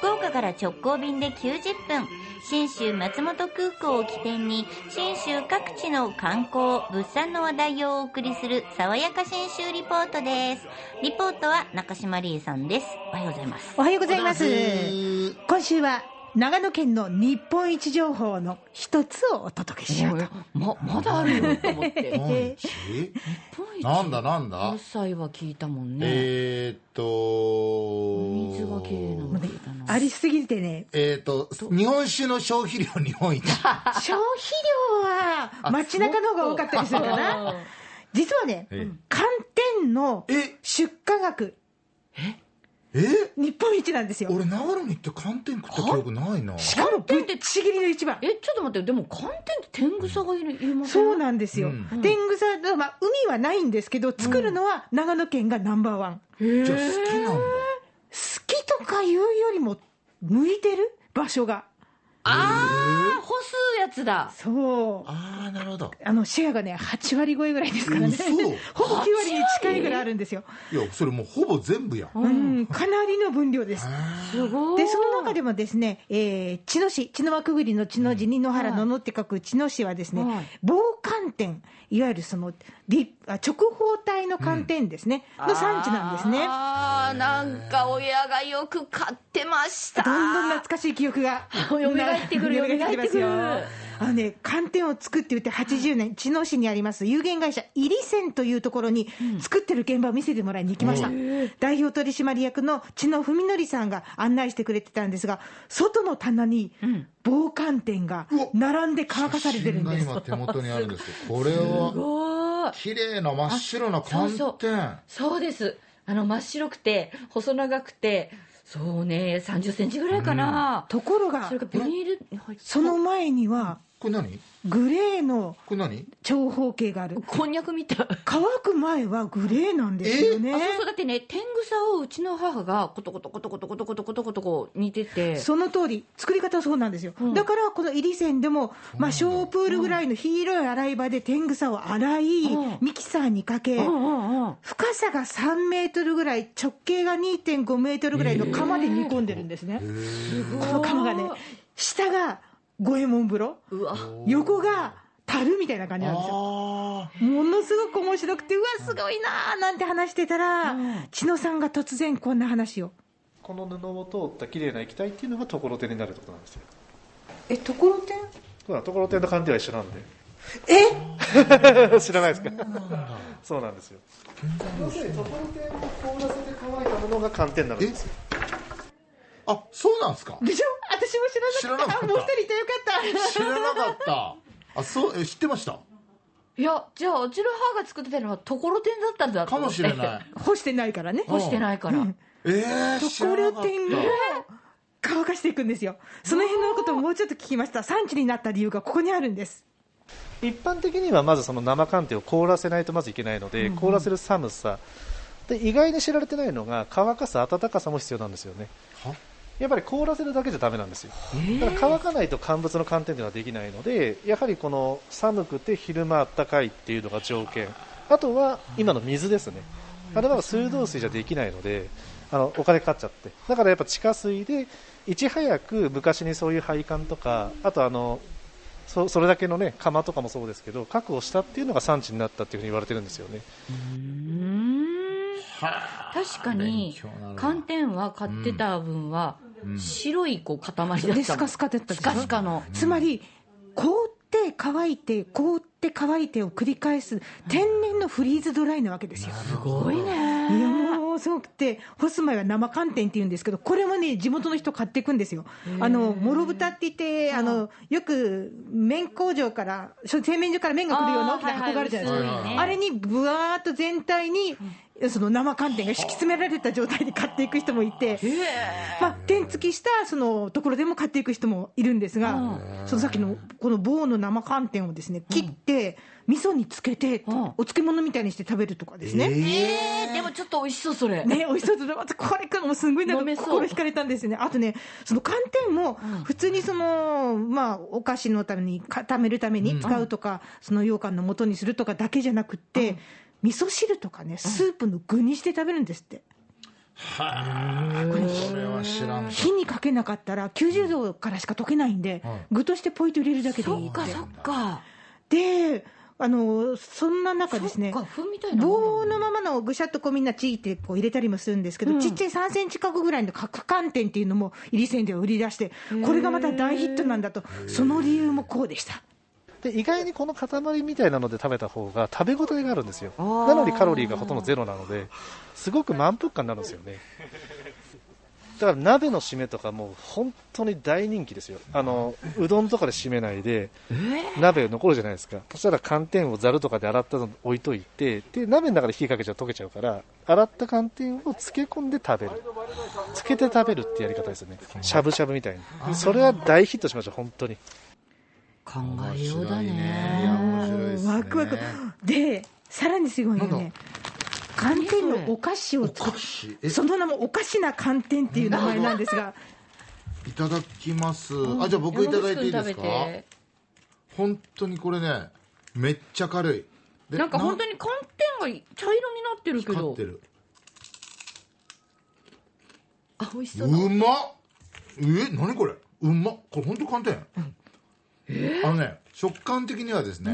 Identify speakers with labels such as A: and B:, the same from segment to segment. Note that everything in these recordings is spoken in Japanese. A: 福岡から直行便で90分、新州松本空港を起点に、新州各地の観光、物産の話題をお送りする、爽やか新州リポートです。リポートは中島理恵さんです。おはようございます。
B: おはようございます
C: おはようございます
B: 今週は長野県の日本一情報の一つをお届けしようと
C: ま、まだあるよと 思って。
B: え
D: 日
C: ポイチ
D: なんだなんだ
C: 野菜は聞いたもんね。
D: えーっと
C: お水が綺麗なの聞いたな。
B: ありすぎてね
D: えーっと日本酒の消費量日本一
B: 消費量は街中の方が多かったりするかな実はね
D: え
B: 寒天の
D: え
B: 出荷額
D: え
B: 日本一なんですよ
D: 俺長野に行って寒天食った記憶ないな
B: しかもぶっちぎりの一番
C: え、ちょっと待って、でも寒天って天草がいる、いません
B: そうなんですよ、
D: うん
B: 天草の、まあ、海はないんですけど作るのは長野県がナンバーワン、
D: じゃあ好きなんだ
B: 好きとかいうよりも向いてる場所が
C: あー、干すやつだ。
B: そう
D: ああなるほど
B: あのシェアがね8割超えぐらいですからね
D: 嘘
B: ほぼ9割に近いぐらいあるんですよ、
D: いやそれもうほぼ全部やん
B: うん、かなりの分量です
D: あ
C: すごい。
B: でその中でもですね、えー、茅野市、茅野輪くぐりの茅野市、に野原ののって書く茅野市はですね、
C: はい
B: 防寒天、いわゆるそのりあ直方体の寒天ですね、の産地なんですね。
C: ああ、なんか親がよく買ってました。
B: どんどん懐かしい記憶が
C: 蘇ってくる
B: 蘇ってきますよ
C: 蘇って
B: あのね寒天を作って言って80年茅野市にあります有限会社入り線というところに作ってる現場を見せてもらいに行きました、代表取締役の茅野文則さんが案内してくれてたんですが外の棚に防寒天が並んで乾かされてるんです
D: 写真が今手元にあるんですけどこれは
C: おー
D: 綺麗な真っ白な寒
C: そう
D: 天
C: そうです。あの、真っ白くて、細長くて、そうね、30センチぐらいかな。
B: ところが
C: それがビニールに入って
B: その前には
D: これ何
B: グレーの
D: これ何
B: 長方形がある
C: こんにゃくみたい。
B: 乾く前はグレーなんですよね
C: あそうそうだってね天草をうちの母がコトコトコトコトコトコトコトコトコ煮てて
B: その通り、作り方はそうなんですよ、
C: ん
B: だからこの入り線でも、まあ、小プールぐらいの広い洗い場で天草を洗い、
C: うん
B: ミキサーにかけ、
C: うんうんうん
B: 深さが3メートルぐらい、直径が2.5メートルぐらいの釜で煮込んでるんですね、この釜がね、下が五右衛門風呂、
C: うわ
B: 横が樽みたいな感じなんですよ。
D: あ
B: ものすごく面白くて、うわ、すごいなーなんて話してたら、千野さんが突然こんな話を。
E: この布を通った綺麗な液体っていうのがところてんになるってことなんですよ
B: え、ところてん
E: ほらところてんの鑑定は一緒なん
B: え
E: で 知らないですかそうなんですよ要するにところてんを凍らせて乾いたものが寒天になるんですよ
D: ああそうなんですか
B: でしょ私も知らなかった
D: 知らなかった
B: もう一人いてよかっ
D: 知らなかったあそうえ知ってました
C: いやじゃあうちの母が作ってたのはところてんだったんだ
D: かもしれないい
B: た干してないからね
C: 干してないから
D: えー、
B: と
D: 知
B: こ
D: ら
B: ろ
D: なかって
B: んを乾かしていくんですよその辺のことをもうちょっと聞きました産地になった理由がここにあるんです
E: 一般的にはまずその生寒天を凍らせないとまずいけないので、凍らせる寒さで意外に知られてないのが乾かす暖かさも必要なんですよね
D: は
E: やっぱり凍らせるだけじゃダメなんですよだから乾かないと乾物の寒天ではできないのでやはりこの寒くて昼間暖かいっていうのが条件あとは今の水ですねあれは水道水じゃできないのであのお金かかっちゃってだからやっぱ地下水でいち早く昔にそういう配管とかあとあのそそれだけの、ね、釜とかもそうですけど確保したっていうのが産地になったっていうふうに言われてるんですよね
C: うーん
D: は
C: 確かに
D: 勉強になるな
C: 寒天は買ってた分は白いこう塊だったもん
B: でスカスカだったで
C: ス
B: しょ
C: カスカの
B: つまり凍って乾いて凍って乾いてを繰り返す天然のフリーズドライなわけですよ
C: すごいね
B: いやもうすごくて干す前は生寒天っていうんですけどこれもね地元の人買っていくんですよあのもろ豚って言ってあのよく麺工場からそう製麺所から麺が来るような大きな箱があるじゃないですか、
D: はいはい薄いね
B: あれにぶわーっと全体にその生寒天が敷き詰められた状態で買っていく人もいて、まあ、天付きしたそのところでも買っていく人もいるんですが、そのさっきのこの棒の生寒天をですね切って、味噌につけて、
C: うん
B: お漬物みたいにして食べるとかですね。
C: えーでもちょっと美味しそうそれ
B: ね、美味しそうだな私これくんもすごいなん
C: 飲め
B: か
C: そう
B: 心惹かれたんですよね。あとね、その寒天も普通にその、まあお菓子のために固めるために使うとか、その羊羹の元にするとかだけじゃなくって、味噌汁とかね、スープの具にして食べるんですって。
D: はあこれは知らんか
B: 火にかけなかったら90度からしか溶けないんで、
D: はい
B: 具としてポイと入れるだけでいいっ
C: そっか
B: て
C: そっか
B: であのそんな中ですね
C: そっか糞みたいなもん
B: 棒のままのをぐしゃっとこうみんなちぎってこう入れたりもするんですけど、ちっちゃい3センチ角ぐらいの角寒天っていうのも入り線では売り出してこれがまた大ヒットなんだとその理由もこうでした
E: で意外にこの塊みたいなので食べた方が食べ応えがあるんですよ
C: ー
E: なのにカロリーがほとんどゼロなのですごく満腹感になるんですよねだから鍋の締めとかもう本当に大人気ですよあのうどんとかで締めないで鍋が残るじゃないですかそしたら寒天をざるとかで洗ったの置いといてで鍋の中で火かけちゃうと溶けちゃうから洗った寒天を漬け込んで食べる漬けて食べるってやり方ですよねしゃぶしゃぶみたいにそれは大ヒットしました本当に
C: 考
D: 面
C: えよ
D: 白
C: うだ
D: い
C: ね
D: ねいや面白いですね
B: ワクワクでさらにすごいのがね寒天のお菓子を
D: お
B: 作
D: 菓子
B: る
D: え
B: その名もおかしな寒天っていう名前なんですが
D: いただきますあじゃあ僕いただいていいですか
C: 山口君食べて
D: 本当にこれねめっちゃ軽いで
C: なんか本当に寒天が茶色になってるけ
D: 光
C: ど
D: ってる
C: あ美味しそうだ
D: うまっえ何これうまっこれ本当簡単やん、あのね食感的にはですね、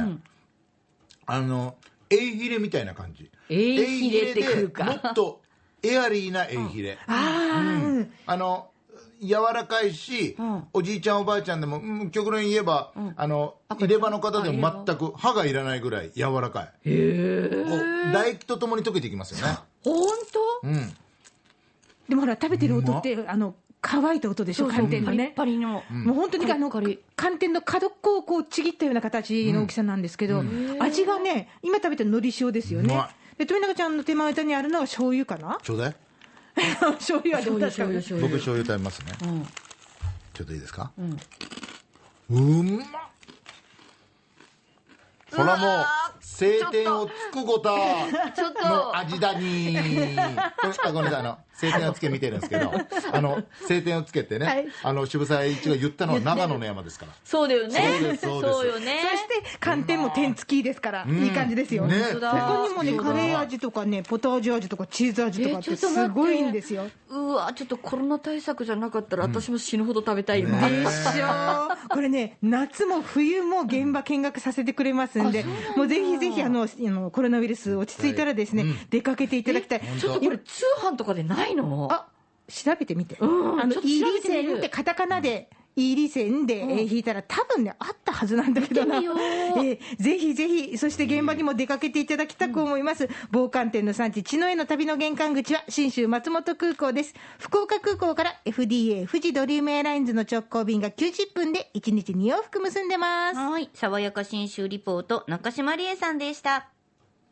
D: あのエイヒレみたいな感じ
C: エイヒレって
D: エイヒレ
C: 食
D: で
C: うか
D: もっとエアリーなエイヒレ、
B: あ
D: あの柔らかいし、
C: ん
D: おじいちゃんおばあちゃんでも、うん、極論言えば、あの入れ歯の方でも全く歯がいらないぐらい柔らかい
C: へえ
D: こう唾液とともに溶けていきますよね
C: 本当
D: うん
B: ーでもほら食べてる音ってあの乾いた音でしょ寒天の
C: パリッ
B: ね
C: パリの
B: もう本当にあの
C: カリカリ
B: 寒天の角っこをこうちぎったような形の大きさなんですけど、味がね、今食べたのり塩ですよ
D: う
B: ね
D: ま。
B: で富永ちゃんの手前にあるのは醤油かな
D: ちょうだい
B: 醤油はど
C: 醤
B: う
C: 油
B: ですか
C: 醤油醤
D: 僕
C: 油
D: 醤油食べますね、
C: ん
D: ちょっといいですかうんまっほらもう晴天をつくごた
C: ちょっ
D: の味だにこれ あごめんなさいあの晴天をつけ見てるんですけどあの晴天をつけってね、
B: はい
D: あの渋沢栄一が言ったのは長野の山ですから
C: そうだよ
D: そうで
C: ね
D: すそうです
C: そうよね
B: そして寒天も天付きですから、いい感じですよ。
D: ね
C: 本当だ
B: 他にもね
D: そう
B: カレー味とかねポタージュ味とかチーズ味とかっ
C: え
B: て
C: ちょっと待っ
B: す
C: て
B: ごいんですよ。
C: うわちょっとコロナ対策じゃなかったら私も死ぬほど食べたいよね
B: でしょこれね夏も冬も現場見学させてくれますんで、もうぜひぜひあのあのコロナウイルス落ち着いたらですね、出かけていただきたい。
C: ちょっとこれ通販とかでないの
B: あ調べてみて、
C: うん
B: あの
C: ちょっと
B: イー
C: 調べ
B: リ
C: てみる
B: センってカタカナで、イーリセンで、えー引いたら多分ねあったはずなんだけどな、
C: 見てみよう
B: えーぜひぜひそして現場にも出かけていただきたく思います、防寒天の産地茅野への旅の玄関口は信州松本空港です福岡空港から FDA 富士ドリームエアラインズの直行便が90分で1日2往復結んでます
A: はい。爽やか新州リポート、中島理恵さんでした。